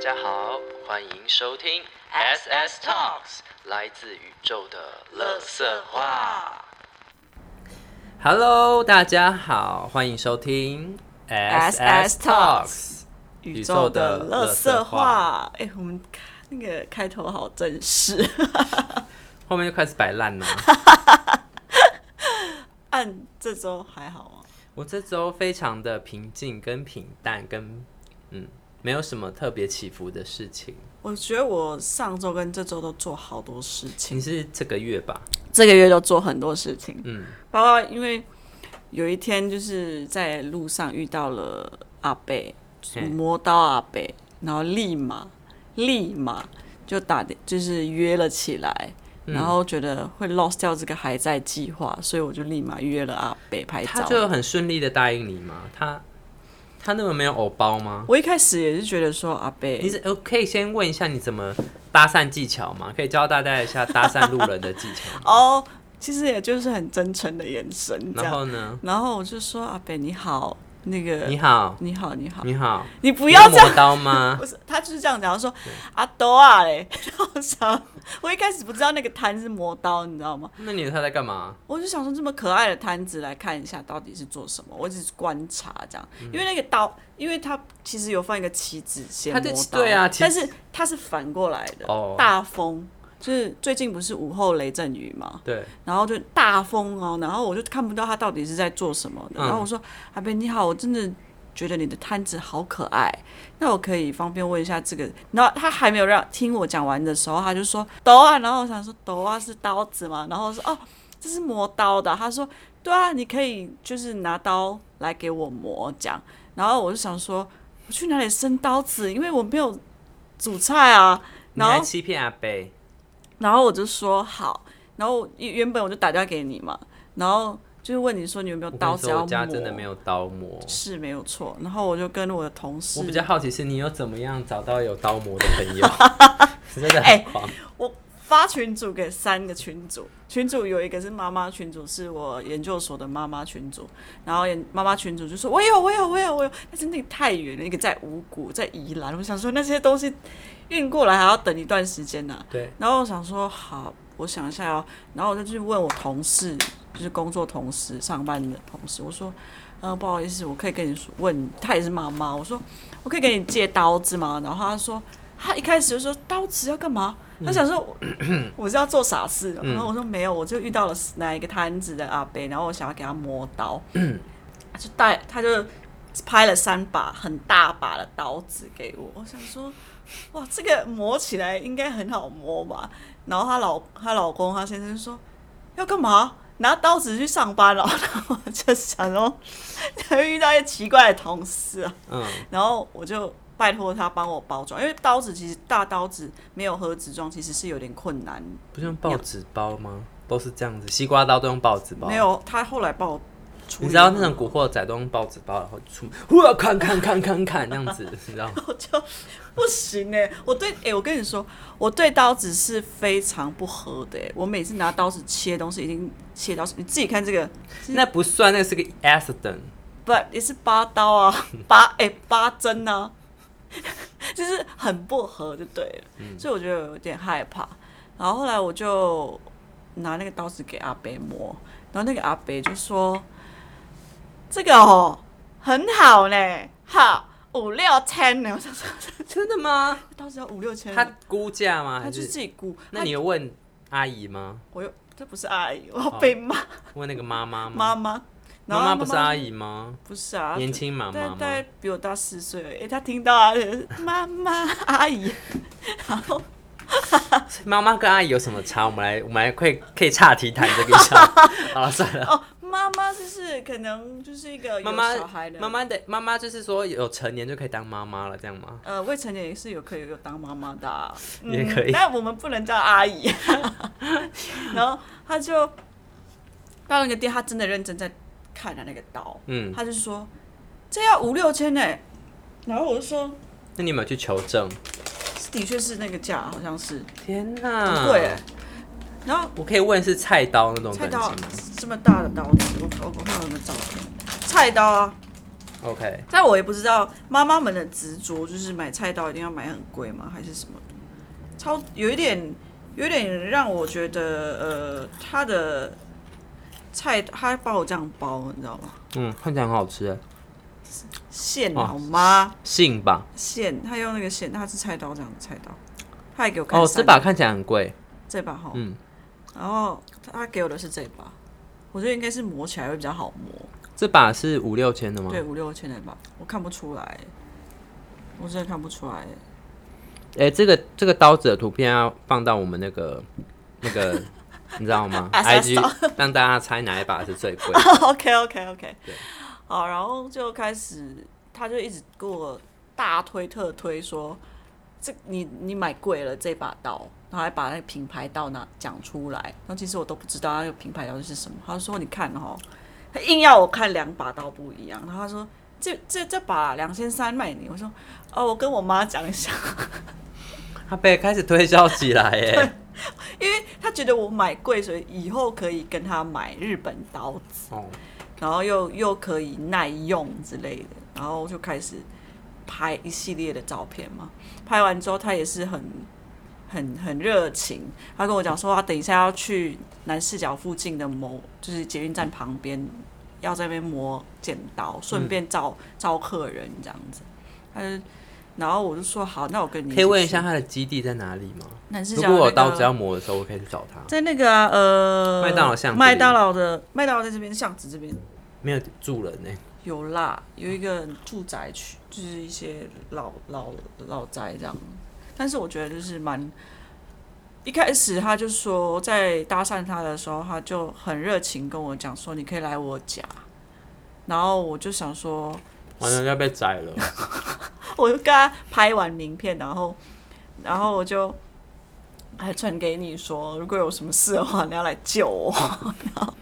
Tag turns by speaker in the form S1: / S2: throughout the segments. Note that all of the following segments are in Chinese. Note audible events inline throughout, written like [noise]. S1: 家好，欢迎收听 SS Talks，来自宇宙的乐色话。Hello，大家好，欢迎收听
S2: SS Talks
S1: 宇
S2: 宇
S1: 宙
S2: 宙
S1: 的
S2: 的
S1: 垃
S2: 乐
S1: 圾
S2: 色
S1: 话
S2: 话。哎、我们那个开头好正式， [laughs]
S1: 后面就开始摆烂了。 [laughs]
S2: 按这周还好吗？
S1: 我这周非常的平静、跟平淡、跟嗯，没有什么特别起伏的事情。
S2: 我觉得我上周跟这周都做好多事情，
S1: 你是这个月吧？
S2: 这个月都做很多事情，
S1: 嗯，
S2: 包括因为有一天就是在路上遇到了阿贝，
S1: 嗯
S2: 磨刀阿贝，然后立马立马就打电就是约了起来。
S1: 嗯
S2: 然后觉得会 lost 掉这个还在计划，所以我就立马约了阿北拍照。
S1: 他就很顺利的答应你吗？他他那么没有偶包吗？
S2: 我一开始也是觉得说阿贝，。
S1: 你是呃可以先问一下你怎么搭讪技巧吗？可以教大家一下搭讪路人的技巧
S2: [laughs] 哦，其实也就是很真诚的眼神这
S1: 然
S2: 样。
S1: 后呢？
S2: 然后我就说阿北你好，那个
S1: 你好，
S2: 你好你好，
S1: 你好，
S2: 你不
S1: 不
S2: 要这样，
S1: 磨刀吗
S2: [laughs] 不？是他就是这样讲，他说阿斗啊嘞， [laughs] 然后我想我一开始不知道那个摊是磨刀，你知道吗？
S1: 那你他在干嘛？
S2: 我就想说这么可爱的摊子来看一下到底是做什么，我只是观察这样，
S1: 嗯
S2: 因为那个刀，因为它其实有放一个棋子先
S1: 它
S2: 磨
S1: 就
S2: 刀，
S1: 对啊
S2: 但
S1: 棋
S2: 是它是反过来的，
S1: 哦
S2: 大风就是最近不是午后雷阵雨吗？
S1: 对，
S2: 然后就大风哦，然后我就看不到他到底是在做什么的。
S1: 嗯
S2: 然后我说：“阿贝你好，我真的觉得你的摊子好可爱，那我可以方便问一下这个？”然后他还没有让听我讲完的时候，他就说：“刀啊！”然后我想说：“刀啊是刀子吗？”然后我说：“哦，这是磨刀的。”他说：“对啊，你可以就是拿刀来给我磨。”这样，然后我就想说：“我去哪里生刀子？因为我没有煮菜啊。”
S1: 你
S2: 然后
S1: 还欺骗阿贝，
S2: 然后我就说好，然后原原本我就打电话给你嘛，然后就是问你说你有没有
S1: 我跟
S2: 刀
S1: 你
S2: 子
S1: 说，
S2: 要磨，
S1: 我家真的没有刀磨。
S2: 是没有错。然后我就跟我的同事，
S1: 我比较好奇是你又怎么样找到有刀磨的朋
S2: [laughs]
S1: 友，真的
S2: 哎
S1: 很狂。
S2: 我发群组给三个群组，群组有一个是妈妈群组，是我研究所的妈妈群组，然后研妈妈群组就说我有我有我有我有，但是那个太远了，一个在五谷，在宜兰，我想说那些东西运过来还要等一段时间呢、
S1: 对，
S2: 然后我想说，好，我想一下哦。然后我就去问我同事，就是工作同事、上班的同事，我说，嗯、不好意思，我可以跟你说，问他也是妈妈，我说，我可以跟你借刀子吗？然后他说，他一开始就说刀子要干嘛？他想说我，我是要做傻事哦的。然后我说没有，我就遇到了哪一个摊子的阿伯，然后我想要给他磨刀，他就带他就拍了三把很大把的刀子给我，我想说。哇，这个磨起来应该很好磨吧？然后她老她老公她先生就说要干嘛？拿刀子去上班了、然后我就想说， [laughs] 遇到一些奇怪的同事啊，
S1: 嗯，
S2: 然后我就拜托他帮我包装，因为刀子其实大刀子没有盒子装，其实是有点困难。
S1: 不是用报纸包吗？都是这样子，西瓜刀都用报纸包。
S2: 没有，他后来帮我处理。
S1: 你知道那种古
S2: 啊
S1: 惑仔都用报纸包，然后出哇砍砍砍砍砍那样子，你知道吗？
S2: [laughs] 我就不行呢、我对哎、我跟你说，我对刀子是非常不合的、欸。我每次拿刀子切东西，已经切到你自己看这个，
S1: 那不算，那是个 accident。
S2: 不也是八
S1: [laughs]
S2: 刀啊，八哎、八针啊， [laughs] 就是很不合就对了，
S1: 嗯
S2: 所以我觉得有点害怕。然后后来我就拿那个刀子给阿北磨，然后那个阿北就说：“这个哦，很好呢，哈，五六千呢。”我想说， [laughs]
S1: 真的吗？
S2: 刀子要五六千，
S1: 他估价吗？
S2: 他
S1: 还？
S2: 就是自己估。
S1: 那你有问阿姨吗？
S2: 我又这不是阿姨，我要被骂
S1: 问那个妈妈吗？
S2: 妈妈。
S1: 嗯
S2: 然
S1: 妈
S2: 后
S1: 妈不是阿
S2: 姨，
S1: 姨吗？
S2: 不是啊，
S1: 年轻妈
S2: 大
S1: 妈
S2: 大
S1: 吗
S2: 概？比我大四岁而已，哎、他听到啊， [laughs] 妈妈阿姨，然后
S1: 妈妈跟阿姨有什么差？我们来，我们来可以可以岔题谈这个一
S2: [laughs]
S1: 下。好了，算了。
S2: 哦，妈妈就是可能就是一个
S1: 妈
S2: 有
S1: 妈
S2: 小孩的
S1: 妈，妈的妈妈就是说有成年就可以当妈妈了，这样吗？
S2: 呃，未成年也是有可以有当妈妈的啊、
S1: 也可以
S2: 但我们不能叫阿姨。 [laughs] 然后他就到那个店，他真的认真在看啊了那个刀，
S1: 嗯，
S2: 他就说这要五六千呢、然后我就说
S1: 那你有没有去求证？
S2: 的确是那个价，好像是
S1: 天
S2: 很
S1: 哪！
S2: 贵、欸，然后
S1: 我可以问是菜刀那种
S2: 菜
S1: 等级
S2: 刀
S1: 吗？
S2: 这么大的刀子，我我我看有没有照片？菜刀啊，
S1: OK，
S2: 但我也不知道妈妈们的执着，就是买菜刀一定要买很贵吗？还是什么的？超有一点，有一点让我觉得，呃，他的菜他帮我这样包，你知道吗？
S1: 嗯，看起来很好吃耶，
S2: 线
S1: 哦
S2: 好吗？
S1: 信吧？
S2: 线，他用那个线，他是菜刀这样的菜刀，他还给我看
S1: 哦，
S2: 三
S1: 这把看起来很贵，
S2: 这把哈，
S1: 嗯，
S2: 然后他给我的是这把，我觉得应该是磨起来会比较好磨，
S1: 这把是五六千的吗？
S2: 对，五六千的吧，我看不出来，我真的看不出 [laughs] 来。
S1: 哎、这个这个刀子的图片要放到我们那个那个，你知道
S2: [laughs]
S1: 吗
S2: SS
S1: ？IG 让大家猜哪一把是最贵。
S2: OK OK OK，好，然后就开始，他就一直给我大推特推说，这你你买贵了这把刀，然后还把那个品牌刀拿讲出来，然后其实我都不知道那个品牌刀是什么。他就说你看哦，他硬要我看两把刀不一样，然后他说这这这把两千三卖你，我说哦，我跟我妈讲一下，
S1: 他被开始推销起来
S2: [laughs]
S1: 耶！
S2: 因为他觉得我买贵，所以以后可以跟他买日本刀子。
S1: 哦，
S2: 然后又又可以耐用之类的，然后就开始拍一系列的照片嘛。拍完之后，他也是很很很热情，他跟我讲说，他啊等一下要去南四角附近的某就是捷运站旁边，要在那边磨剪刀，顺便
S1: 嗯
S2: 招、招客人这样子。他就然后我就说好，那我跟你
S1: 可以问一
S2: 起去
S1: 下他的基地在哪里吗？
S2: 南四
S1: 如
S2: 角、
S1: 果
S2: 那
S1: 我有
S2: 个
S1: 刀子要磨的时候，我可以去找他。
S2: 在那个啊、呃
S1: 麦当劳巷子里
S2: 麦当劳的麦当劳在这边巷子这边
S1: 没有住人呢，
S2: 有啦，有一个住宅区，就是一些老老老宅这样。但是我觉得就是蛮，一开始他就说在搭讪他的时候，他就很热情跟我讲说你可以来我家，然后我就想说，
S1: 完了要被宰
S2: [laughs]
S1: 了。
S2: 我就跟他拍完名片，然后然后我就还传给你说，如果有什么事的话，你要来救我。 [laughs] 然后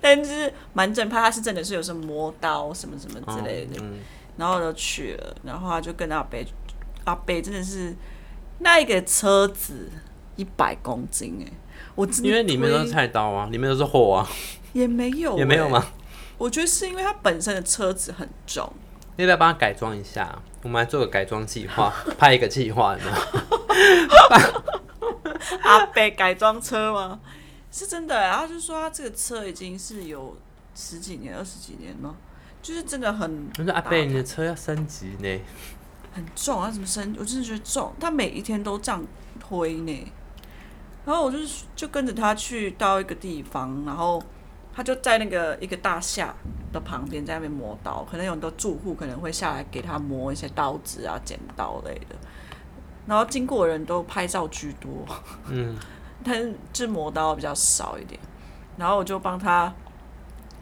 S2: 但是蛮正派，他是真的是有什么磨刀什么什么之类的。
S1: 嗯，
S2: 然后就去了，然后他就跟阿北，阿北真的是那一个车子一百公斤哎、我真的
S1: 因为里面都是
S2: 推哦
S1: 菜刀啊，里面都是货
S2: [laughs]
S1: 啊，
S2: 也没有、欸
S1: 也没有？吗？
S2: 我觉得是因为它本身的车子很重，
S1: 要不要帮他改装一下？啊我们来做个改装计划，拍一个计划有没有？ [laughs]
S2: 阿北改装车吗？是真的欸、他就说他这个车已经是有十几年、二十几年了，就是真的很
S1: 我说
S2: [laughs]
S1: 阿贝，你的车要升级呢，
S2: 很重，他怎么生？我真的觉得重，他每一天都这样推呢。然后我就是就跟着他去到一个地方，然后他就在那个一个大厦的旁边，在那边磨刀。可能有很多住户可能会下来给他磨一些刀子啊、剪刀类的。然后经过的人都拍照居多，
S1: 嗯，
S2: [laughs] 但是就磨刀比较少一点。然后我就帮他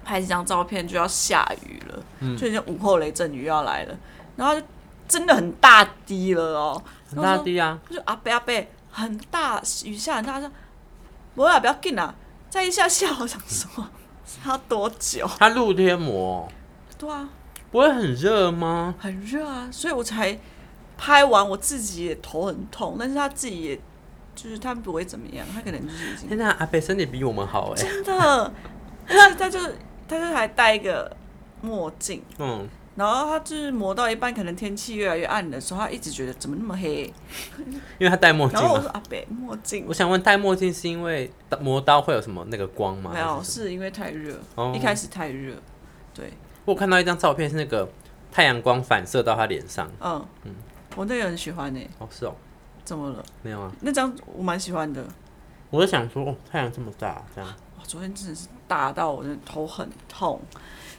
S2: 拍几张照片，就要下雨了，就已经午后雷阵雨又要来了，然后就真的很大滴了哦，
S1: 很大滴啊，
S2: 他说阿伯阿伯很大雨下很大，他说不要不要紧啊，再一下下，我想说 [laughs] 要多久？
S1: 它露天哦膜
S2: 对啊，
S1: 不会很热吗？
S2: 很热啊，所以我才拍完，我自己也头很痛，但是他自己也就是他不会怎么样，他可能就是已经
S1: 天哪，阿贝身体比我们好哎，
S2: 真的，而 [laughs] 且他就他就还戴一个墨镜，
S1: 嗯，
S2: 然后他就是磨到一半，可能天气越来越暗的时候，他一直觉得怎么那么黑。
S1: 因为他戴墨镜啊
S2: 然后我
S1: 嘛
S2: 说。阿北墨镜
S1: 我，想问，戴墨镜是因为磨刀会有什么那啊个光吗？
S2: 没有，
S1: 还是什么
S2: 是因为太热，
S1: 哦
S2: 一开始太热，对，
S1: 我有看到一张照片是那个太阳光反射到他脸上。
S2: 嗯我那个很喜欢呢、
S1: 哦，是哦，
S2: 怎么了？
S1: 没有啊，
S2: 那张我蛮喜欢的，
S1: 我就想说，哦，太阳这么大，这样
S2: 哇，昨天真的是大到我的头很痛。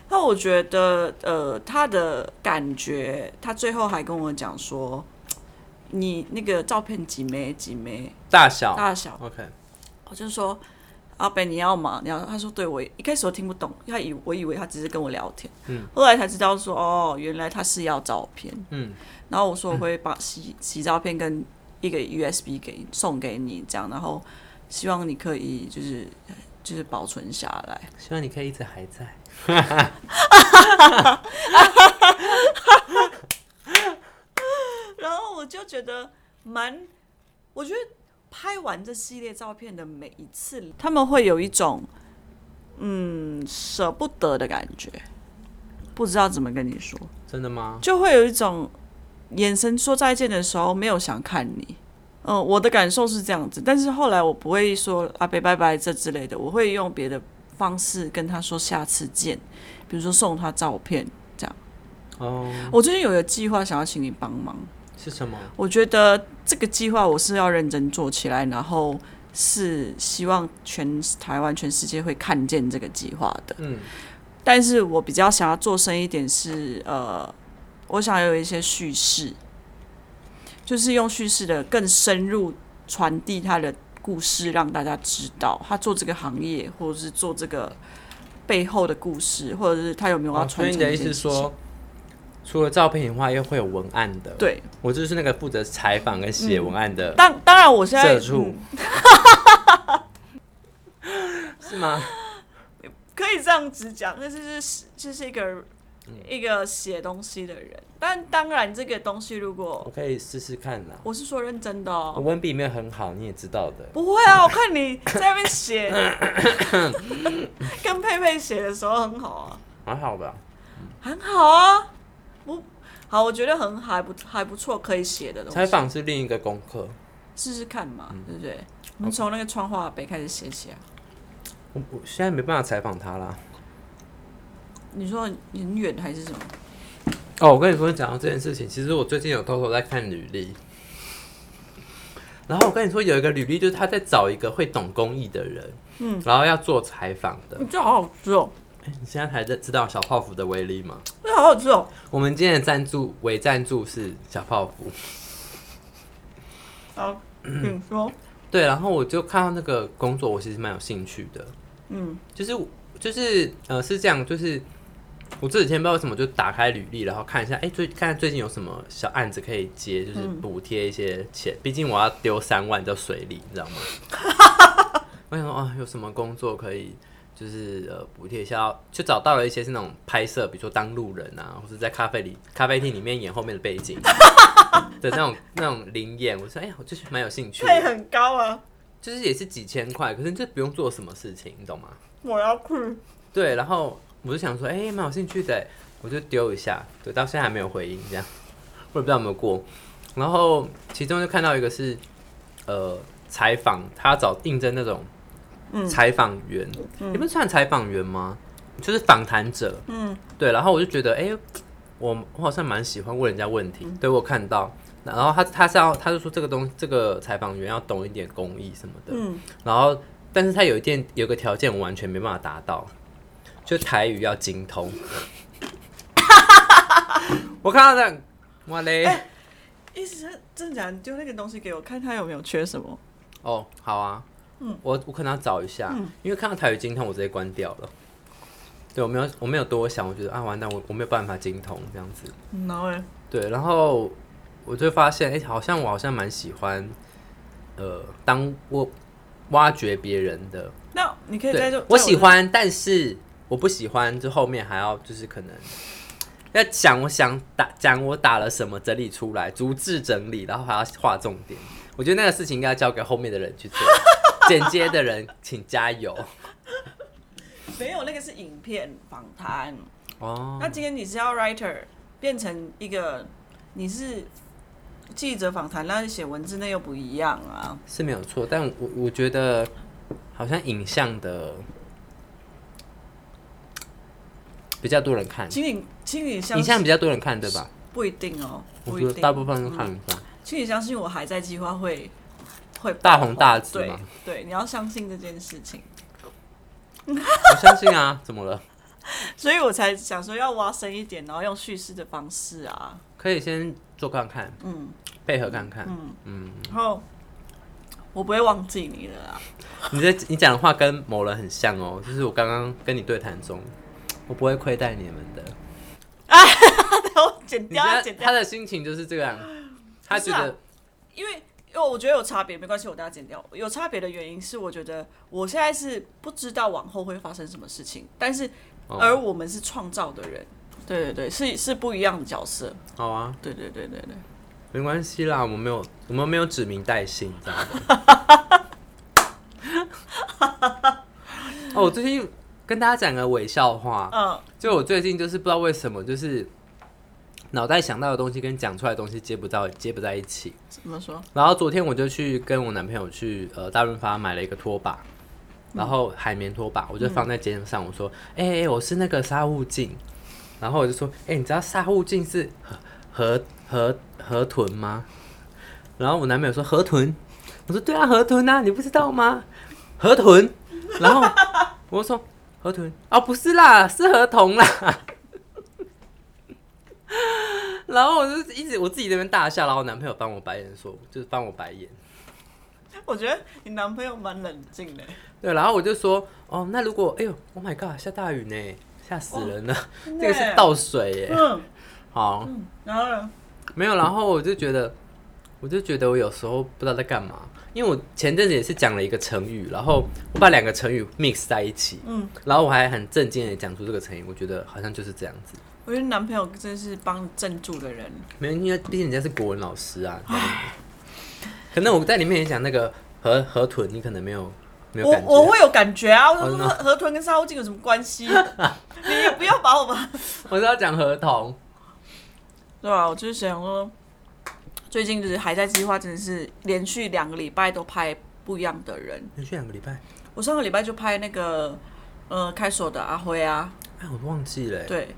S2: 那我觉得，呃，他的感觉，他最后还跟我讲说，你那个照片几枚几枚
S1: 大小
S2: 大小，
S1: ，OK，
S2: 我就说阿北你要吗？你要？他说对，我一开始我听不懂，他以我以为他只是跟我聊天，
S1: 嗯，
S2: 后来才知道说哦，原来他是要照片，
S1: 嗯，
S2: 然后我说我会把洗洗照片跟一个 USB 给你送给你这样，然后希望你可以就是就是保存下来，
S1: 希望你可以一直还在。
S2: 然后我就觉得蛮，我觉得拍完这系列照片的每一次，他们会有一种嗯舍不得的感觉。不知道怎么跟你说，
S1: 真的吗？
S2: 就会有一种眼神说再见的时候没有想看你。嗯，我的感受是这样子，但是后来我不会说阿北拜拜这之类的，我会用别的方式跟他说下次见，比如说送他照片。
S1: 哦，
S2: 我最近有个计划想要请你帮忙，
S1: 是什么？
S2: 我觉得这个计划我是要认真做起来，然后是希望全台湾、全世界会看见这个计划的。
S1: 嗯，
S2: 但是我比较想要做深一点是，呃，我想有一些叙事，就是用叙事的更深入传递他的故事，让大家知道他做这个行业，或者是做这个背后的故事，或者是他有没有要
S1: 哦所
S2: 传
S1: 以
S2: 承
S1: 你
S2: 这
S1: 的
S2: 件
S1: 意
S2: 事情。
S1: 思是说，除了照片以外，又会有文案的。，
S2: 对，
S1: 我就是那个负责采访跟写
S2: 嗯
S1: 文案的
S2: 当当然我现
S1: 社
S2: 在
S1: 畜
S2: 嗯，
S1: 是吗？
S2: 可以这样子讲，但是是就是一个一个写东西的人。但当然，这个东西如
S1: 我
S2: 果
S1: 可以试试看啦。
S2: 我是说认真的
S1: 我
S2: 哦，
S1: 文笔没有很好，你也知道的。
S2: 不会啊，我看你在那边写， [laughs] 跟佩佩写的时候很好啊，
S1: 还好吧？
S2: 很好啊，不好，我觉得很好还不还不错，可以写的东
S1: 采
S2: 西，
S1: 访是另一个功课。
S2: 试试看嘛，对不对？你从那个川华北开始写起啊。
S1: 我我现在没办法采访他啦。
S2: 你说很远还是什么？
S1: 哦，我跟你说，讲到这件事情，其实我最近有偷偷在看履历。然后我跟你说，有一个履历就是他在找一个会懂公益的人，嗯，然后要做采访的
S2: 你。这好好吃哦，
S1: 哎你现在才知道小泡芙的威力吗？
S2: 这好好吃哦。
S1: 我们今天的赞助伪赞助是小泡芙。
S2: 好，请说。
S1: 对，然后我就看到那个工作，我其实蛮有兴趣的。
S2: 嗯，
S1: 就是就是呃是这样，就是我这几天不知道为什么就打开履历，然后看一下，哎、最看最近有什么小案子可以接，就是补贴一些钱。毕竟我要丢三万到水里，你知道吗？ [laughs] 我想说啊，有什么工作可以就是呃补贴一下，就找到了一些是那种拍摄，比如说当路人啊，或者在咖啡里咖啡厅里面演后面的背景的那种那种灵演。我说哎、呀，我就是蛮有兴趣的，
S2: 配很高啊，
S1: 就是也是几千块，可是这不用做什么事情，你懂吗？
S2: 我要去。
S1: 对，然后我就想说，哎、蛮有兴趣的，我就丢一下，对，到现在还没有回应，这样，我也不知道有没有过。然后其中就看到一个是，呃，采访，他要找应征那种采访员，你们算采访员吗？就是访谈者，
S2: 嗯，
S1: 对。然后我就觉得，哎、我我好像蛮喜欢问人家问题，对我有看到。然后他他是要，他就说这个东这个采访员要懂一点工艺什么的，
S2: 嗯，
S1: 然后，但是他有一件有个条件，我完全没办法达到，就台语要精通。我看到这样，哇嘞！
S2: 意思是真的假的？你丢那个东西给我看，它有没有缺什么？
S1: 哦，好啊，我我可能要找一下，因为看到台语精通，我直接关掉了。对，我没有我没有多想，我觉得啊，完蛋，我我没有办法精通这样子。
S2: 嗯然后嘞，
S1: 对，然后我就发现，哎、好像我好像蛮喜欢，呃，当我挖掘别人的
S2: 那你可以在
S1: 对
S2: 这，
S1: 我喜。欢，但是我不喜欢，就后面还要就是可能要讲我想打讲我打了什么，整理出来，逐字整理，然后还要划重点。我觉得那个事情应该交给后面的人去做，剪接的人请加
S2: [laughs]
S1: 油。
S2: 在我没有那个是影片访谈。
S1: 哦
S2: 那，今天你是要 writer 变成一个，你是记者访谈，那写文字那又不一样啊。
S1: 是没有错，但我我觉得好像影像的比较多人看，
S2: 请你，请你相
S1: 影像
S2: 信
S1: 比较多人看对吧？
S2: 不一定哦，
S1: 我
S2: 不
S1: 觉
S2: 一
S1: 得
S2: 定。嗯
S1: 大部分都看影像。
S2: 请你相信我还在计划会会
S1: 大红大紫
S2: 对
S1: 嘛
S2: 对，你要相信这件事情，
S1: 我相信啊，怎么了？
S2: 所以我才想说要挖深一点，然后用叙事的方式啊。
S1: 可以先做看看，
S2: 嗯，
S1: 配合看看。
S2: 嗯
S1: 嗯，
S2: 然后我不会忘记你的啦。 [laughs]
S1: 你这你讲的话跟某人很像哦，就是我刚刚跟你对谈中，我不会亏待你们的。
S2: 我剪
S1: 你
S2: 掉，要
S1: 看
S2: 剪
S1: 他
S2: 掉，啊
S1: 的心情就是这样，他觉得、
S2: 因为因为我觉得有差别，没关系，我等下剪掉。有差别的原因是，我觉得我现在是不知道往后会发生什么事情，但是
S1: 哦
S2: 而我们是创造的人，对对对，是是不一样的角色，
S1: 好啊，
S2: 对对对对对。
S1: 没关系啦，我们没有我们没有指名带姓这
S2: [laughs]
S1: 样。哦，我最近跟大家讲个伪笑话，
S2: 嗯，
S1: 就我最近就是不知道为什么，就是脑袋想到的东西跟讲出来的东西接不到，接不在一起。
S2: 怎么说？
S1: 然后昨天我就去跟我男朋友去呃大润发买了一个拖把，然后海绵拖把，我就放在肩上，我说：“哎、哎、我是那个杀物镜。”然后我就说：“哎、你知道杀物镜是 [laughs] 河河河河豚吗？”然后我男朋友说：“河豚。”我说：“对啊，河豚啊，你不知道吗？河豚。”然后 [laughs] 我就说：“河豚啊、不是啦，是河童啦。”然后我就一直我自己这边大笑，然后我男朋友帮我白眼说，就是帮我白眼。
S2: 我觉得你男朋友蛮冷静的，
S1: 对，然后我就说，哦，那如果，哎呦，Oh my god，下大雨呢，吓死人了，
S2: 哦
S1: 这个是倒水耶。
S2: 嗯，
S1: 好，
S2: 然后呢？
S1: 没有，然后我就觉得，我就觉得我有时候不知道在干嘛，因为我前阵子也是讲了一个成语，然后我把两个成语 mix 在一起，
S2: 嗯，
S1: 然后我还很震惊的讲出这个成语，我觉得好像就是这样子。
S2: 我觉得男朋友真是帮你镇住的人，
S1: 没有，因为毕竟人家是国文老师啊。可能我在里面也讲那个河河豚，你可能没有没有
S2: 我
S1: 感觉。哦
S2: 我会有感觉啊，我
S1: 真的
S2: 说
S1: 吗
S2: 河豚跟沙悟净有什么
S1: [laughs]
S2: 关系？你也不要把我们， [laughs]
S1: 我是要讲河童，
S2: 对吧、我就是想说，最近就是还在计划，真的是连续两个礼拜都拍不一样的人。
S1: 连续两个礼拜，
S2: 我上个礼拜就拍那个呃开锁的阿辉啊，
S1: 哎，我忘记了欸。
S2: 对，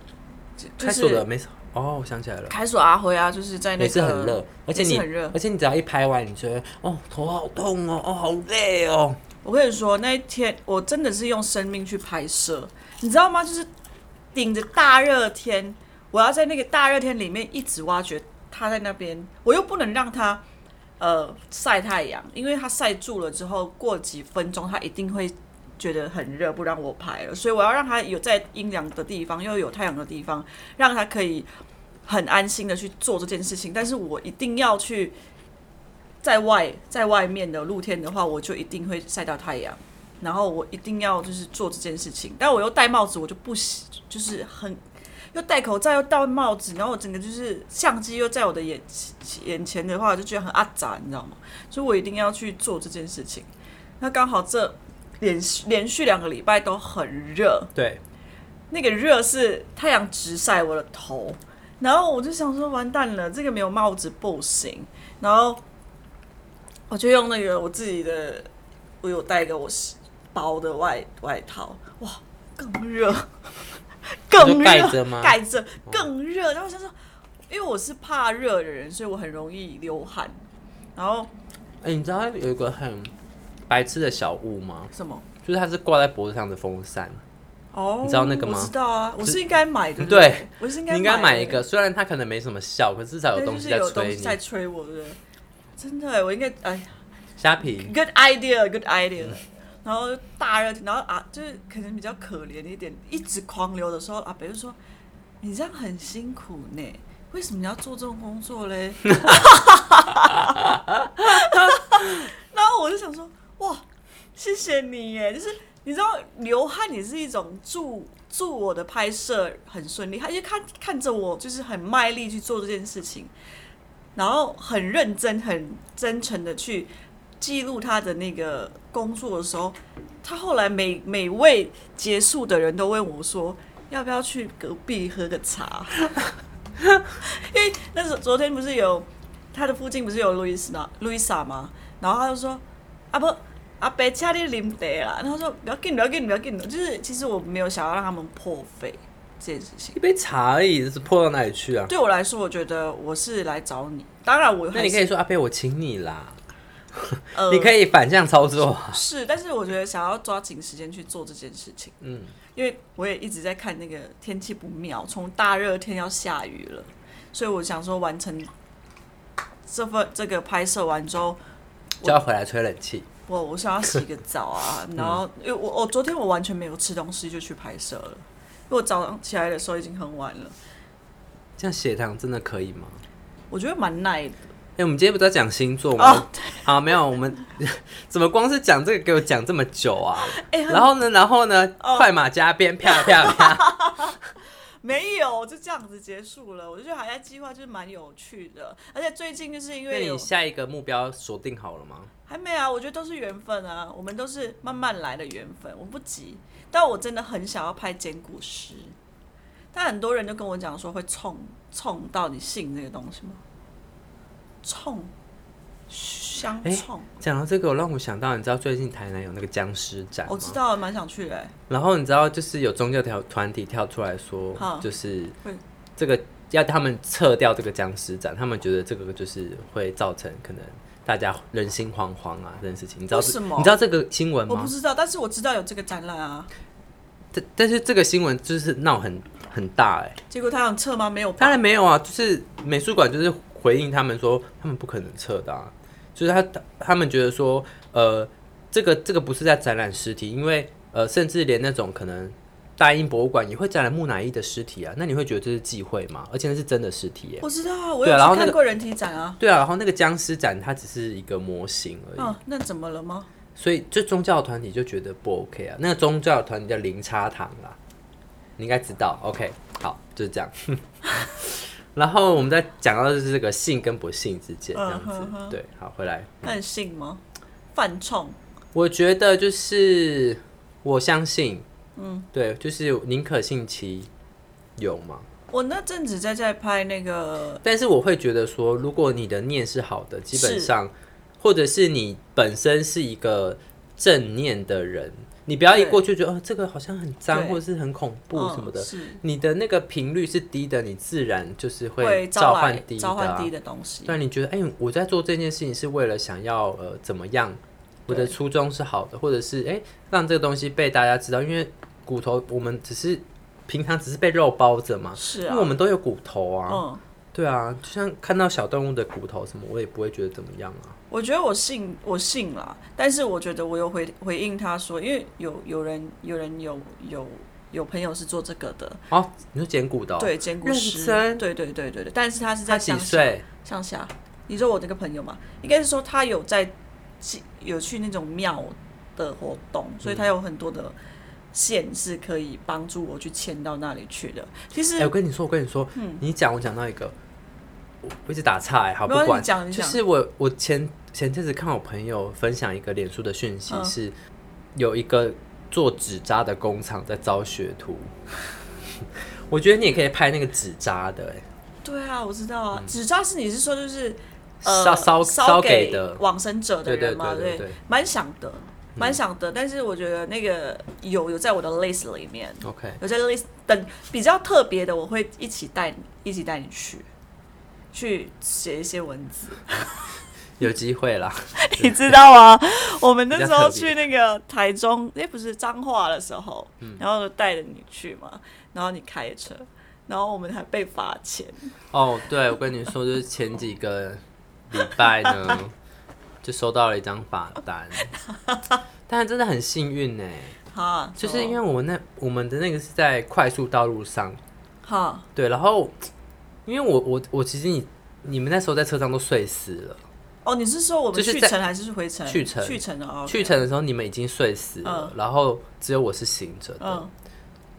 S2: 就
S1: 开锁了
S2: 就是
S1: 没？哦，我想起来了。
S2: 开锁阿辉啊，就是在那个
S1: 也是很热，而且
S2: 也是
S1: 你
S2: 很热
S1: 而且你只要一拍完，你觉得哦头好痛哦，哦好累哦，
S2: 我跟你说，那一天我真的是用生命去拍摄，你知道吗？就是顶着大热天，我要在那个大热天里面一直挖掘它在那边，我又不能让它呃晒太阳，因为它晒住了之后，过几分钟它一定会觉得很热，不让我拍了。所以我要让它有在阴凉的地方，又有太阳的地方，让它可以很安心的去做这件事情。但是我一定要去。在外在外面的露天的话，我就一定会晒到太阳，然后我一定要就是做这件事情。但我又戴帽子，我就不喜，就是很又戴口罩又戴帽子，然后我整个就是相机又在我的眼眼前的话，我就觉得很阿杂，你知道吗？所以我一定要去做这件事情。那刚好这连续连续两个礼拜都很热，
S1: 对，
S2: 那个热是太阳直晒我的头，然后我就想说完蛋了，这个没有帽子不行，然后我就用那个我自己的，我有带一个我薄的外外套，哇，更热，更
S1: 你就
S2: 热，
S1: 盖着吗哦
S2: 盖着更热，然后我想说，因为我是怕热的人，所以我很容易流汗，然后
S1: 哎，你知道有一个很白痴的小物吗？
S2: 什么？
S1: 就是它是挂在脖子上的风扇，
S2: 哦，
S1: 你知道那个吗
S2: 我知道啊，我是应该买的，不
S1: 对，
S2: 我是应该
S1: 你应该买
S2: 的
S1: 一个，虽然它可能没什么效，可至少有
S2: 对，
S1: 东
S2: 就
S1: 西
S2: 是
S1: 在
S2: 有东
S1: 吹
S2: 西在
S1: 你。
S2: 吹我，对，真的耶，我应该哎
S1: 虾皮，
S2: ，good idea，good idea。然后大热天，然后啊，就是可能比较可怜一点，一直狂流的时候，阿北就说：“你这样很辛苦呢，为什么你要做这种工作嘞？”然后我就想说：“哇，谢谢你耶！”就是你知道，流汗也是一种助助我的拍摄很顺利，他就看看着我，就是很卖力去做这件事情，然后很认真、很真诚的去记录他的那个工作的时候，他后来每每位结束的人都问我说，要不要去隔壁喝个茶？ [laughs] 因为那时候昨天不是有他的附近不是有路易斯吗？路易莎吗？然后他就说，啊不。阿伯家里啉茶啦，然后说不要紧，不要紧，不要紧，就是其实我没有想要让他们破费这件事情
S1: 一。杯茶而已，是破到哪里去啊？
S2: 对我来说，我觉得我是来找你，当然我
S1: 那
S2: 还
S1: 你
S2: 是
S1: 可以说阿啊贝，我请你啦，
S2: 呃
S1: 你可以反向操作啊。
S2: 是，但是我觉得想要抓紧时间去做这件事情，
S1: 嗯，
S2: 因为我也一直在看那个天气不妙，从大热天要下雨了，所以我想说完成这份这个拍摄完之后，
S1: 就要回来吹冷气。
S2: 我我想要洗个澡
S1: [laughs]
S2: 啊，然后因为我我昨天我完全没有吃东西就去拍摄了，因为我早上起来的时候已经很晚了，
S1: 这样血糖真的可以吗？
S2: 我觉得蛮耐的
S1: 哎、我们今天不是要讲星座吗？ [laughs]
S2: 哦，
S1: 啊，没有，我们 [laughs] 怎么光是讲这个给我讲这么久啊？
S2: 哎、很 [laughs]
S1: 然后呢，然后呢，快马加鞭，啪啪啪！
S2: 没有，就这样子结束了。我就觉得海在计划就是蛮有趣的，而且最近就是
S1: [laughs]
S2: 因
S1: 那
S2: 为有
S1: 你下一个目标锁定好了吗？
S2: 还没啊，我觉得都是缘分啊，我们都是慢慢来的缘分，我不急。但我真的很想要拍剪骨师，但很多人就跟我讲说会冲冲到底信这个东西吗？冲相
S1: 诶
S2: 冲，
S1: 讲到这个，我让我想到，你知道最近台南有那个僵尸展吗？
S2: 我知。道，蛮想去的、欸。
S1: 然后你知道，就是有宗教条团体跳出来说
S2: 好，
S1: 就是
S2: 会
S1: 这个要他们撤掉这个僵尸展，他们觉得这个就是会造成可能大家人心惶惶啊这件事情。你知道
S2: 为什么
S1: 你知道这个新闻
S2: 我
S1: 吗
S2: 不？知道，但是我知道有这个展览啊。
S1: 但但是这个新闻就是闹很很大哎、
S2: 结果他想撤吗？没哦有吧，
S1: 当然没有啊，就是美术馆就是回应他们说，他们不可能撤的、啊，就是他他们觉得说，呃，这个这个不是在展览尸体，因为呃，甚至连那种可能大英博物馆也会展览木乃伊的尸体啊，那你会觉得这是忌讳吗？而且那是真的尸体耶、
S2: 我知道啊，我
S1: 对
S2: 有
S1: 啊然后
S2: 去
S1: 那个
S2: 看过人体展啊。
S1: 对啊，然后那个僵尸展它只是一个模型而已，
S2: 嗯，那怎么了吗？
S1: 所以就宗教团体就觉得不 OK 啊。那个宗教团体叫零差堂啦，你应该知道。OK，好，就是这样。 [laughs] 然后我们再讲到就是这个信跟不信之间这样子
S2: 嗯哼哼
S1: 对，好，回来。
S2: 那你信吗？犯冲，
S1: 我觉得就是我相信，嗯，对，就是宁可信其有嘛。
S2: 我那阵子在在拍那个，
S1: 但是我会觉得说，如果你的念是好的，基本
S2: 是
S1: 上，或者是你本身是一个正念的人，你不要一
S2: 对
S1: 过去觉得哦，这个好像很脏，
S2: 对
S1: 或者是很恐怖
S2: 嗯
S1: 什么的。
S2: 是
S1: 你的那个频率是低的，你自然就是
S2: 会
S1: 召
S2: 来
S1: 唤低的、
S2: 召
S1: 啊
S2: 唤。低的东西。
S1: 对，你觉得，哎、我在做这件事情是为了想要呃怎么样？我的初衷是好的，或者是哎、让这个东西被大家知道，因为骨头我们只是平常只是被肉包着嘛，
S2: 是
S1: 因
S2: 啊
S1: 为我们都有骨头啊。
S2: 嗯，
S1: 对啊，就像看到小动物的骨头什么，我也不会觉得怎么样啊。
S2: 我觉得我信我信啦，但是我觉得我有回回应他说，因为有有人有人有有有朋友是做这个的，
S1: 哦，你说剪骨的、哦？，
S2: 对，兼顾
S1: 认
S2: 师，
S1: 真
S2: 对对对对对，但是他是
S1: 他
S2: 在
S1: 几
S2: 乡下
S1: 岁？
S2: 乡下，你说我这个朋友嘛，应该是说他有在有去那种庙的活动，所以
S1: 嗯
S2: 他有很多的线是可以帮助我去牵到那里去的。其实
S1: 哎、我跟你说，我跟你说，你讲我讲到一个，我我一直打岔哎、好
S2: 嗯没
S1: 不
S2: 关系
S1: 管，
S2: 你讲你
S1: 就
S2: 讲
S1: 是我我前前阵子看我朋友分享一个脸书的讯息
S2: 嗯
S1: 是有一个做纸扎的工厂在招学徒， [laughs] 我觉得你也可以拍那个纸扎的、哎，
S2: 对啊，我知道啊，
S1: 嗯
S2: 纸扎是你是说就是
S1: 烧
S2: 呃
S1: 烧烧
S2: 烧
S1: 给
S2: 给
S1: 的
S2: 往生者的
S1: 对对
S2: 人嘛，
S1: 对对嗯对
S2: 蛮想的，蛮想的。但是我觉得那个有有在我的 list 里面，
S1: ，OK，
S2: 有在 list 等比较特别的，我会一起带你一起带你去。去写一些文
S1: [laughs]
S2: 字，
S1: 有机会啦。
S2: 你知
S1: [laughs]
S2: 道吗？我们那
S1: 比较
S2: 时候
S1: 特别
S2: 去那个台中，哎、不是彰化的时候，
S1: 嗯
S2: 然后带着你去嘛，然后你开车，然后我们还被罚钱，
S1: 哦，对，我跟你说，就是前几个礼拜
S2: [laughs]
S1: 呢，就收到了一张罚单，但真的很幸运呢，
S2: 哈，
S1: 就是因
S2: 为
S1: 为我们那我们的那个是在快速道路上，
S2: 哈，
S1: 对，然后因为我我我其实你你们那时候在车上都睡死了，
S2: 哦，你是说我们
S1: 就是
S2: 去
S1: 在
S2: 程还是回程？
S1: 去程
S2: 去程的哦，
S1: 去程的时候你们已经睡死了，然后只有我是醒着的
S2: 嗯，，啊哦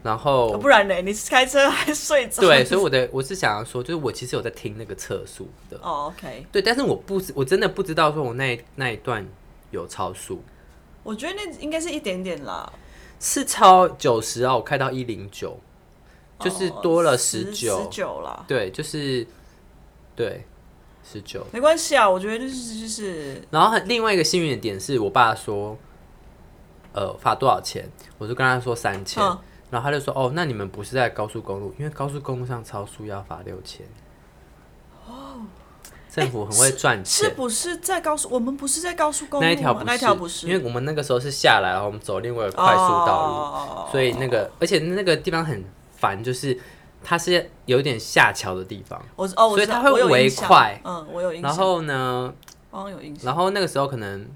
S1: 然后
S2: 不然呢？你是开车还睡着？
S1: 对，所以我的我是想要说，就是我其实有在听那个测速的，
S2: 哦，OK，
S1: 对，但是我不知我真的不知道说我那一那一段有超速。
S2: 我觉得那应该是一点点啦，
S1: 是超九十啊，我开到一零九，就是多了十
S2: 十
S1: 九、
S2: 哦十九啦，
S1: 对，就是对十九。
S2: 没关系啊，我觉得就是就是
S1: 然后很另外一个幸运的点是我爸说，呃，罚多少钱？我就跟他说三千、
S2: 嗯
S1: 然后他就说，哦，那你们不是在高速公路，因为高速公路上超速要罚六千。哦，政府很会赚钱。
S2: 哎是不是在高速？我们不是在高速公路吗？啊
S1: 那
S2: 那
S1: 一条不是，
S2: 条不是，
S1: 因为我们那个时候是下来，然后我们走另外一个快速道路，
S2: 哦
S1: 所以那个，而且那个地方很烦，就是它是有点下桥的地方。
S2: 我哦，我
S1: 所以
S2: 知道
S1: 它会
S2: 我有
S1: 围
S2: 印象
S1: 快
S2: 嗯，我有印象，
S1: 然后呢，
S2: 好像有印象，
S1: 然后那个时候可能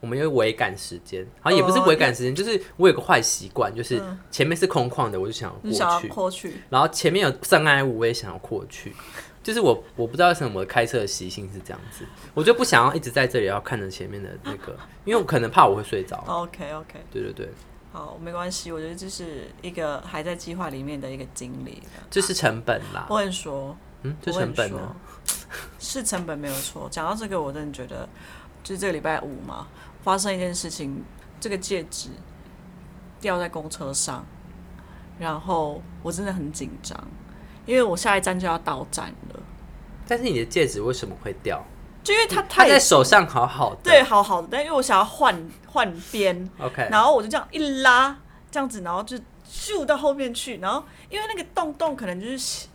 S1: 我们又围赶时间，好像也不是
S2: 哦
S1: 围赶时间，就是我有个坏习惯，就是
S2: 嗯
S1: 前面是空旷的，我就想要
S2: 你想
S1: 过
S2: 要
S1: 去，
S2: 过去，
S1: 然后前面有障碍物，我也想要过去。就是我，我不知道为什么我开车的习性是这样子，我就不
S2: [laughs]
S1: 想要一直在这里，要看着前面的那个，因为我可能怕我会睡着。
S2: OK OK，
S1: 对对对，
S2: 好，没关系，我觉得这是一个还在计划里面的一个经历。
S1: 这是成本啦，
S2: 我很说，
S1: 嗯，这
S2: 我
S1: 成
S2: 很
S1: 本
S2: 说 [laughs]
S1: 呢？，
S2: 是成本没有错。讲到这个，我真的觉得，就是这个礼拜五嘛，发生一件事情，这个戒指掉在公车上，然后我真的很紧张，因为我下一站就要到站了，
S1: 但是你的戒指为什么会掉？
S2: 就因为它
S1: 它
S2: 太
S1: 嗯在手上好好的，
S2: 对好好的，但因为我想要换换边，
S1: ，OK，
S2: 然后我就这样一拉，这样子，然后就咻到后面去，然后因为那个洞洞可能就是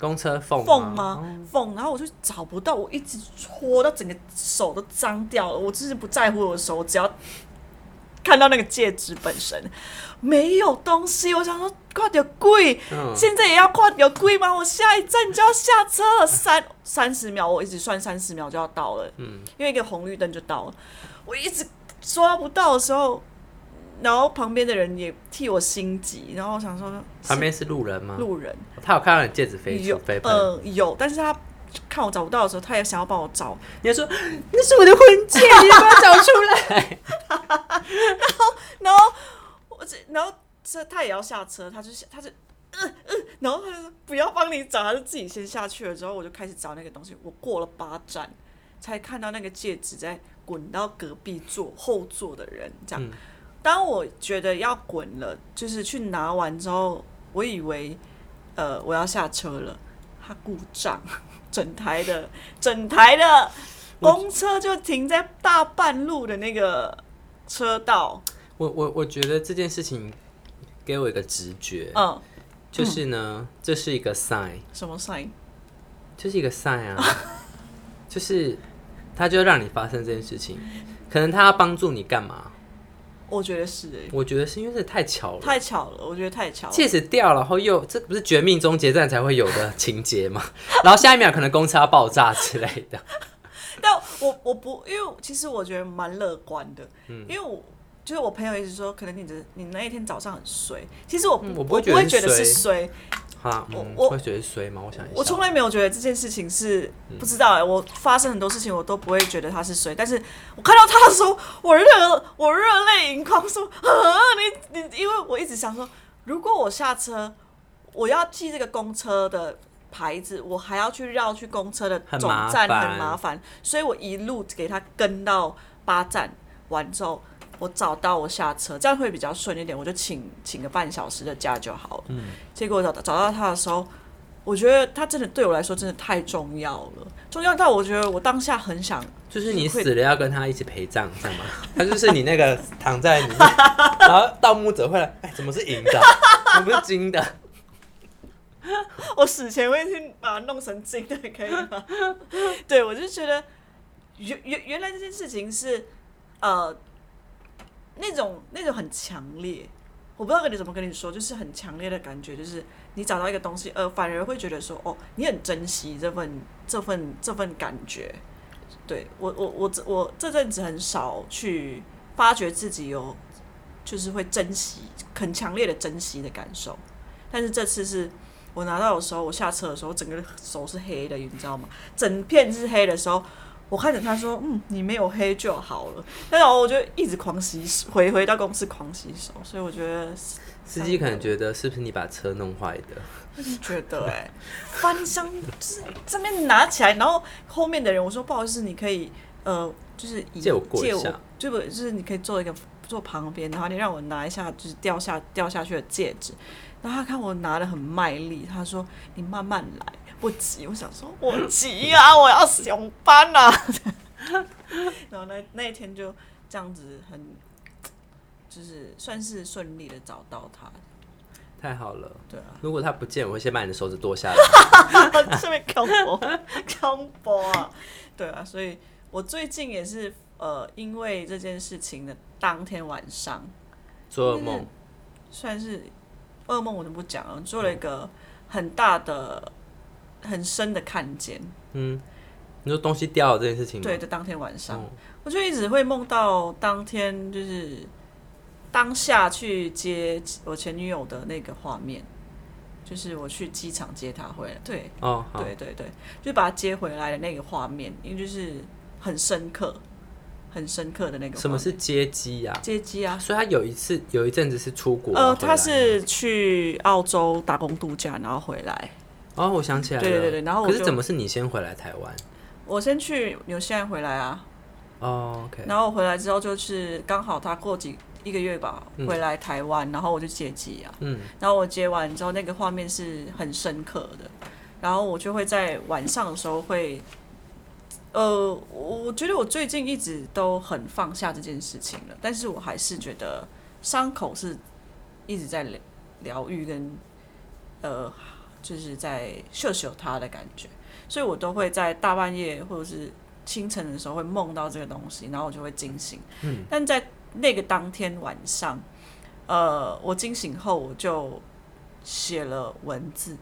S1: 公车缝
S2: 缝
S1: 吗？哦
S2: 吗？缝，然后我就找不到，我一直搓到整个手都脏掉了。我真是不在乎我的手，我只要看到那个戒指本身没有东西，我想说快点跪，
S1: 嗯
S2: 现在也要快点跪吗？我下一站就要下车了，三三十秒，我一直算三十秒就要到了，
S1: 嗯，
S2: 因为一个红绿灯就到了，我一直抓不到的时候。然后旁边的人也替我心急，然后我想说，
S1: 旁边是路人吗？
S2: 路人，
S1: 他有看到你戒指飞
S2: 有
S1: 出飞喷，
S2: 呃有，但是他看我找不到的时候，他也想要帮我找，
S1: 你就说那是我的婚
S2: [laughs]
S1: 戒，你要不要找出来？
S2: 然后我这然后这他也要下车，他就下他就。呃呃，然后他就说不要帮你找，他就自己先下去了。之后我就开始找那个东西，我过了八站才看到那个戒指在滚到隔壁座后座的人。这样，
S1: 嗯
S2: 当我觉得要滚了，就是去拿完之后，我以为呃我要下车了，它故障，整台的整台的公车就停在大半路的那个车道。
S1: 我我我觉得这件事情给我一个直觉，
S2: 嗯，
S1: 就是呢，这是一个 sign，
S2: 什么 sign？
S1: 这是一个 sign 啊， [laughs] 就是他就让你发生这件事情，可能他要帮助你干嘛？
S2: 我觉得是哎、
S1: 我觉得是因为这太巧了。
S2: 太巧了，我觉得太巧了。
S1: 戒指哦掉了，然后又这不是《绝命终结站》才会有的情节吗？ [laughs] 然后下一秒可能公车要爆炸之类的。 [laughs]
S2: 但我我不，因为其实我觉得蛮乐观的，因为我就是我朋友一直说，可能你的你那一天早上很衰，其实我不、
S1: 嗯
S2: 我
S1: 我
S2: 不
S1: 不
S2: 会
S1: 会觉
S2: 觉得
S1: 得
S2: 是
S1: 是
S2: 衰，
S1: 哈，
S2: 我
S1: 嗯，
S2: 我
S1: 会觉得衰吗？我想一下，
S2: 我从来没有觉得这件事情是不知道哎、我发生很多事情我都不会觉得它是衰，但是我看到他的时候，我热我热泪盈眶说，啊，你你，因为我一直想说，如果我下车，我要记这个公车的牌子，我还要去绕去公车的
S1: 很
S2: 总
S1: 麻
S2: 站，
S1: 烦
S2: 很麻烦，所以我一路给他跟到八站完之后。我找到我下车，这样会比较顺一点。我就请请个半小时的假就好了。嗯，结果我找到找到他的时候，我觉得他真的对我来说真的太重要了，重要到我觉得我当下很想
S1: 就是你死了要跟他一起陪葬，这样吗？他就是你那个躺在
S2: [laughs]
S1: 里面，然后盗墓者会来，哎，怎么是银的？
S2: [laughs]
S1: 怎么不是金的？
S2: 我死前会去把它弄成金的，可以吗？ [laughs] 对，我就觉得原原原来这件事情是呃那种那种很强烈，我不知道跟你怎么跟你说，就是很强烈的感觉，就是你找到一个东西，呃，反而会觉得说，哦，你很珍惜这份这份这份感觉。对我我我这我这阵子很少去发觉自己有就是会珍惜很强烈的珍惜的感受，但是这次是我拿到的时候，我下车的时候，整个手是黑的，你知道吗？整片是黑的时候，我看着他说：“嗯，你没有黑就好了。”但是我就一直狂洗手，回回到公司狂洗手，所以我觉得
S1: 司机可能觉得是不是你把车弄坏的？
S2: 就是觉得哎、翻箱就是这边拿起来，然后后面的人我说不好意思，你可以呃，就是移
S1: 借我过一
S2: 借
S1: 下
S2: 就不就是你可以坐一个坐旁边，然后你让我拿一下就是掉下掉下去的戒指，然后他看我拿的很卖力，他说你慢慢来，不急。我想说我急啊，我要上
S1: [laughs]
S2: 班啊。然后那那一天就这样子很，就是算是顺利的找到他，
S1: 太好了，
S2: 对啊。
S1: 如果他不见，我会先把你的手指剁下来。
S2: [laughs] 上面 combo combo 啊，对啊，所以我最近也是呃，因为这件事情的当天晚上，
S1: 做噩
S2: 嗯
S1: 梦，
S2: 算是噩梦，我就不讲了，做
S1: 嗯
S2: 了一个很大的、很深的看见。
S1: 嗯，你说东西掉了这件事情吗？
S2: 对的，当天晚上，
S1: 嗯
S2: 我就一直会梦到当天就是当下去接我前女友的那个画面，就是我去机场接她回来。对，
S1: 哦，好，
S2: 对对对，就把它接回来的那个画面，因为就是很深刻。很深刻的那个画面。
S1: 什么是接机呀、
S2: 接机啊？
S1: 所以他有一次有一阵子是出国，啊
S2: 呃，
S1: 回
S2: 他
S1: 来
S2: 是去澳洲打工度假，然后回来。
S1: 哦，我想起来了，
S2: 对对对然后我
S1: 可是
S2: 就
S1: 怎么是你先回来台湾？
S2: 我先去纽西兰回来啊，
S1: 哦，OK，
S2: 然后回来之后就是刚好他过几一个月吧，回来台湾，然后我就接机啊。
S1: 嗯，
S2: 然后我接完之后，那个画面是很深刻的。然后我就会在晚上的时候会，呃，我我觉得我最近一直都很放下这件事情了，但是我还是觉得伤口是一直在疗疗愈跟呃，就是在秀秀它的感觉，所以我都会在大半夜或者是清晨的时候会梦到这个东西，然后我就会惊醒。嗯，但在那个当天晚上，呃，我惊醒后我就写了文字，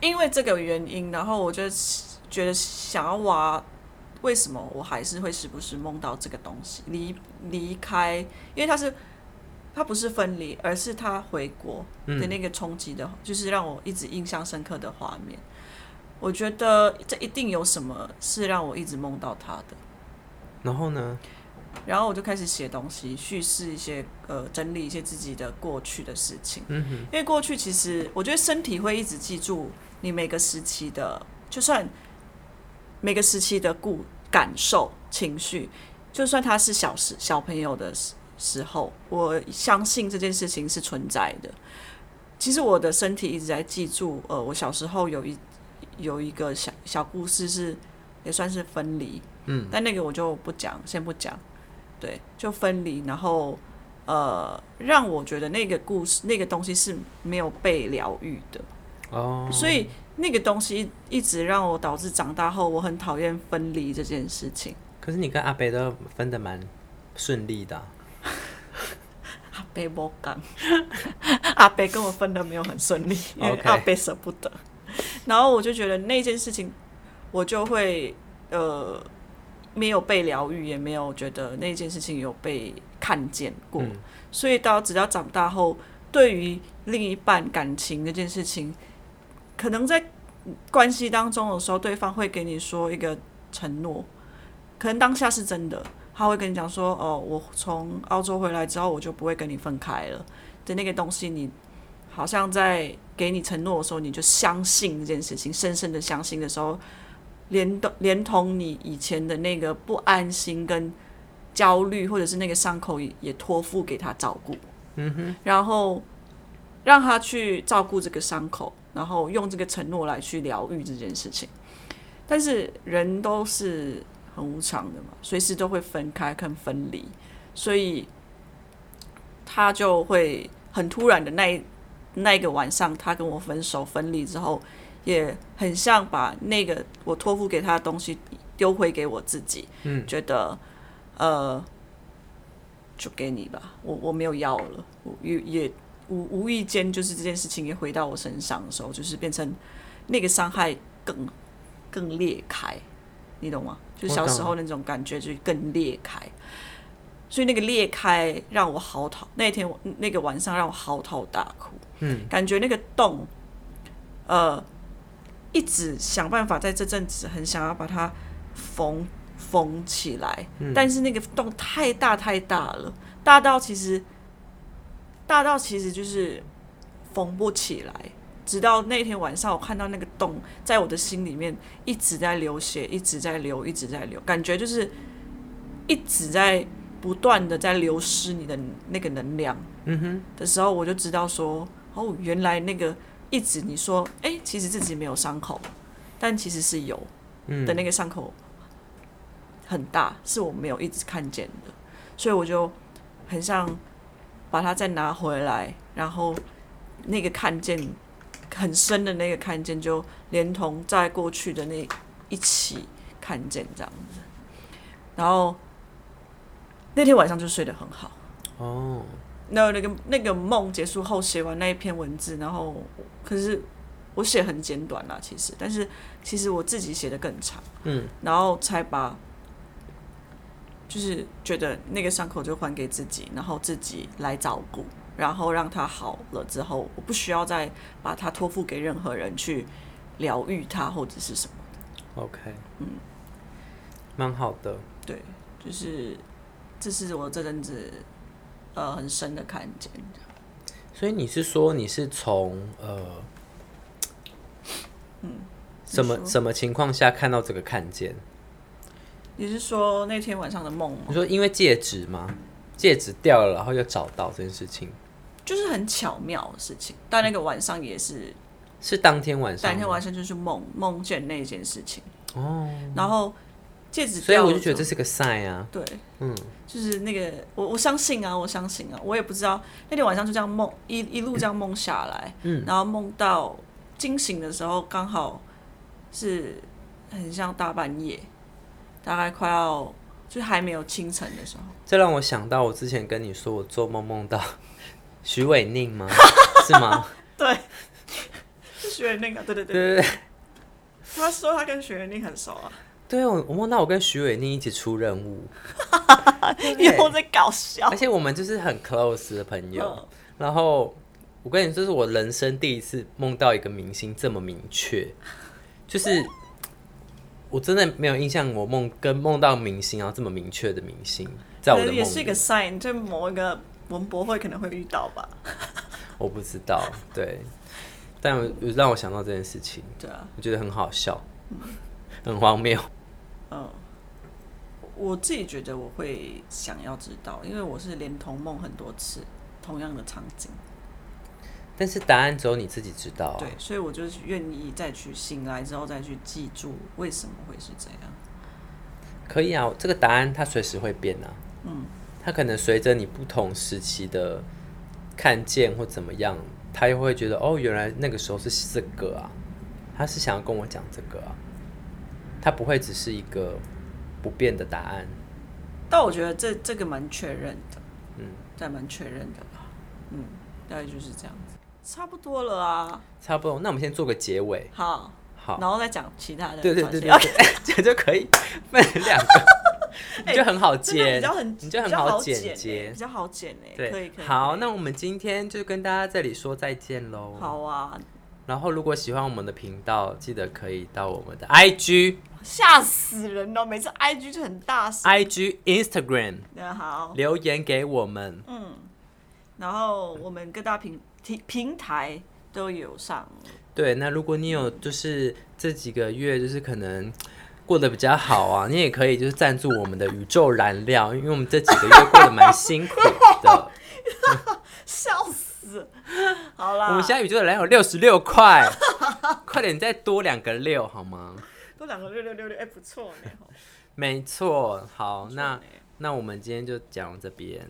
S2: 因为这个原因，然后我就觉得想要挖，为什么我还是会时不时梦到这个东西？离离开，因为它是它不是分离，而是它回国
S1: 嗯
S2: 的那个冲击的，就是让我一直印象深刻的画面。我觉得这一定有什么是让我一直梦到它的。
S1: 然后呢？
S2: 然后我就开始写东西，叙事一些呃，整理一些自己的过去的事情。嗯哼，因为过去其实我觉得身体会一直记住你每个时期的，就算每个时期的故感受、情绪，就算他是小时小朋友的时时候，我相信这件事情是存在的。其实我的身体一直在记住，呃，我小时候有一有一个小小故事是也算是分离，嗯，但那个我就不讲，先不讲。对，就分离，然后呃，让我觉得那个故事那个东西是没有被疗愈的，
S1: 哦，
S2: 所以那个东西一直让我导致长大后我很讨厌分离这件事情。
S1: 可是你跟阿北都分的蛮顺利的啊、
S2: 阿贝不刚， [laughs] 阿贝跟我分的没有很顺利，因为
S1: OK
S2: 阿贝舍不得。然后我就觉得那件事情，我就会呃没有被疗愈，也没有觉得那件事情有被看见过。
S1: 嗯
S2: 所以到直到长大后，对于另一半感情这件事情，可能在关系当中的时候，对方会给你说一个承诺，可能当下是真的，他会跟你讲说，哦，我从澳洲回来之后，我就不会跟你分开了的那个东西，你好像在给你承诺的时候，你就相信这件事情，深深的相信的时候，连同连同你以前的那个不安心跟焦虑，或者是那个伤口也也托付给他照顾，嗯哼，然后让他去照顾这个伤口，然后用这个承诺来去疗愈这件事情。但是人都是很无常的嘛，随时都会分开跟分离，所以他就会很突然的那一那一个晚上，他跟我分手分离之后，也很像把那个我托付给他的东西丢回给我自己，嗯，觉得呃，就给你吧，我我没有要了，我也也无无意间就是这件事情也回到我身上的时候，就是变成那个伤害更更裂开，你懂吗？就
S1: 我
S2: 小时
S1: 懂
S2: 候那种感觉就更裂开。所以那个裂开让我嚎啕，那天我那个晚上让我嚎啕大哭，嗯，感觉那个洞，呃，一直想办法在这阵子很想要把它缝缝起来，但是那个洞太大太大了，大到其实大到其实就是缝不起来。直到那天晚上，我看到那个洞在我的心里面一直在流血，一直在流，一直在流，感觉就是一直在不断的在流失你的那个能量，嗯哼，的时候我就知道说，哦，原来那个一直你说，哎、其实自己没有伤口，但其实是有，嗯的那个伤口很大，是我没有一直看见的，所以我就很像把它再拿回来，然后那个看见很深的那个看见，就连同在过去的那一起看见这样子，然后。那天晚上就睡得很好。
S1: 哦，
S2: 那那个那个梦结束后，写完那一篇文字，然后可是我写很简短啦，其实，但是其实我自己写的更长，
S1: 嗯，
S2: 然后才把就是觉得那个伤口就还给自己，然后自己来照顾，然后让它好了之后，我不需要再把它托付给任何人去疗愈它或者是什么。
S1: OK，嗯，蛮好的。
S2: 对，就是这是我这阵子呃很深的看见。
S1: 所以你是说你是从呃，嗯，什么
S2: 嗯你说
S1: 什么情况下看到这个看见？
S2: 你是说那天晚上的梦
S1: 你
S2: 吗？
S1: 说因为戒指吗？戒指掉了，然后又找到这件事情，
S2: 就是很巧妙的事情，但那个晚上也是，
S1: 是当天晚上吗？
S2: 当天晚上就是梦梦见那件事情，
S1: 哦，
S2: 然后戒指
S1: 所以
S2: 掉
S1: 我
S2: 了
S1: 就觉得这
S2: 之后
S1: 是个 sign 啊，
S2: 对，
S1: 嗯，
S2: 就是那个我我相信啊，我相信啊，我也不知道那天晚上就这样梦一一路这样梦下来，嗯，然后梦到惊醒的时候刚好是很像大半夜，大概快要就还没有清晨的时
S1: [laughs]
S2: 候，
S1: 这让我想到我之前跟你说我做梦梦到徐伟宁吗？是吗？
S2: 对，是学那个，对对
S1: 对
S2: 对，
S1: 对对。
S2: 他说他跟学那很熟啊，
S1: 对，我我梦到我跟徐伟宁一起出任务， [laughs] 对
S2: 又在搞笑
S1: 而，且我们就是很 close 的朋友。
S2: 嗯
S1: 然后我跟你说，这是我人生第一次梦到一个明星这么明确，就是我真的没有印象，我梦跟梦到明星然后这么明确的明星，在我的梦
S2: 可能嗯也是一
S1: 里
S2: 个，sign，就某一个文博会可能会遇到吧，
S1: 我不知道，对，但我让我想到这件事情，
S2: 对啊。
S1: 我觉得很好笑，很荒谬。
S2: 嗯，我自己觉得我会想要知道，因为我是连同梦很多次，同样的场景，
S1: 但是答案只有你自己知道、啊，
S2: 对，所以我就是愿意再去醒来之后再去记住为什么会是这样。
S1: 可以啊，这个答案它随时会变啊。
S2: 嗯，
S1: 它可能随着你不同时期的看见或怎么样，他又会觉得哦，原来那个时候是这个啊，他是想要跟我讲这个啊，他不会只是一个不变的答案。
S2: 但我觉得这这个蛮确认的，
S1: 嗯，
S2: 这还蛮确认的吧，嗯，大概就是这样子，差不多了啊，
S1: 差不多，那我们先做个结尾。
S2: 好，
S1: 好，
S2: 然后再讲其他的，
S1: 对对对对，对， [laughs] 这就可以分两
S2: [laughs]
S1: 个，你就很好
S2: 哎真的
S1: 接
S2: 比较，很，
S1: 你就很
S2: 比较
S1: 好
S2: 好
S1: 剪
S2: 欸
S1: 接
S2: 比。较好剪诶、可以
S1: 对
S2: 可，以，
S1: 好，
S2: 可以
S1: 那我们今天就跟大家这里说再见喽。
S2: 好啊，
S1: 然后，如果喜欢我们的频道，记得可以到我们的 IG、
S2: 吓死人哦了！每次 IG 就很大声。
S1: IG、Instagram
S2: 那好，
S1: 留言给我们。
S2: 嗯然后我们各大平平平台都有上，
S1: [laughs] 对，那如果你有就是这几个月就是可能过得比较好啊，你也可以就是赞助我们的宇宙燃料，因为我们这几个月过得蛮辛苦
S2: [laughs]
S1: 的。
S2: 笑死！好啦，
S1: 我们现在宇宙燃料有六十六块，快点再多两个六好吗？
S2: 都两个六六六六，哎，不错呢。
S1: 没错，好，那
S2: 呢
S1: 那我们今天就讲到这边。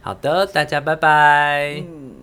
S1: 好的，大家拜拜。
S2: 嗯，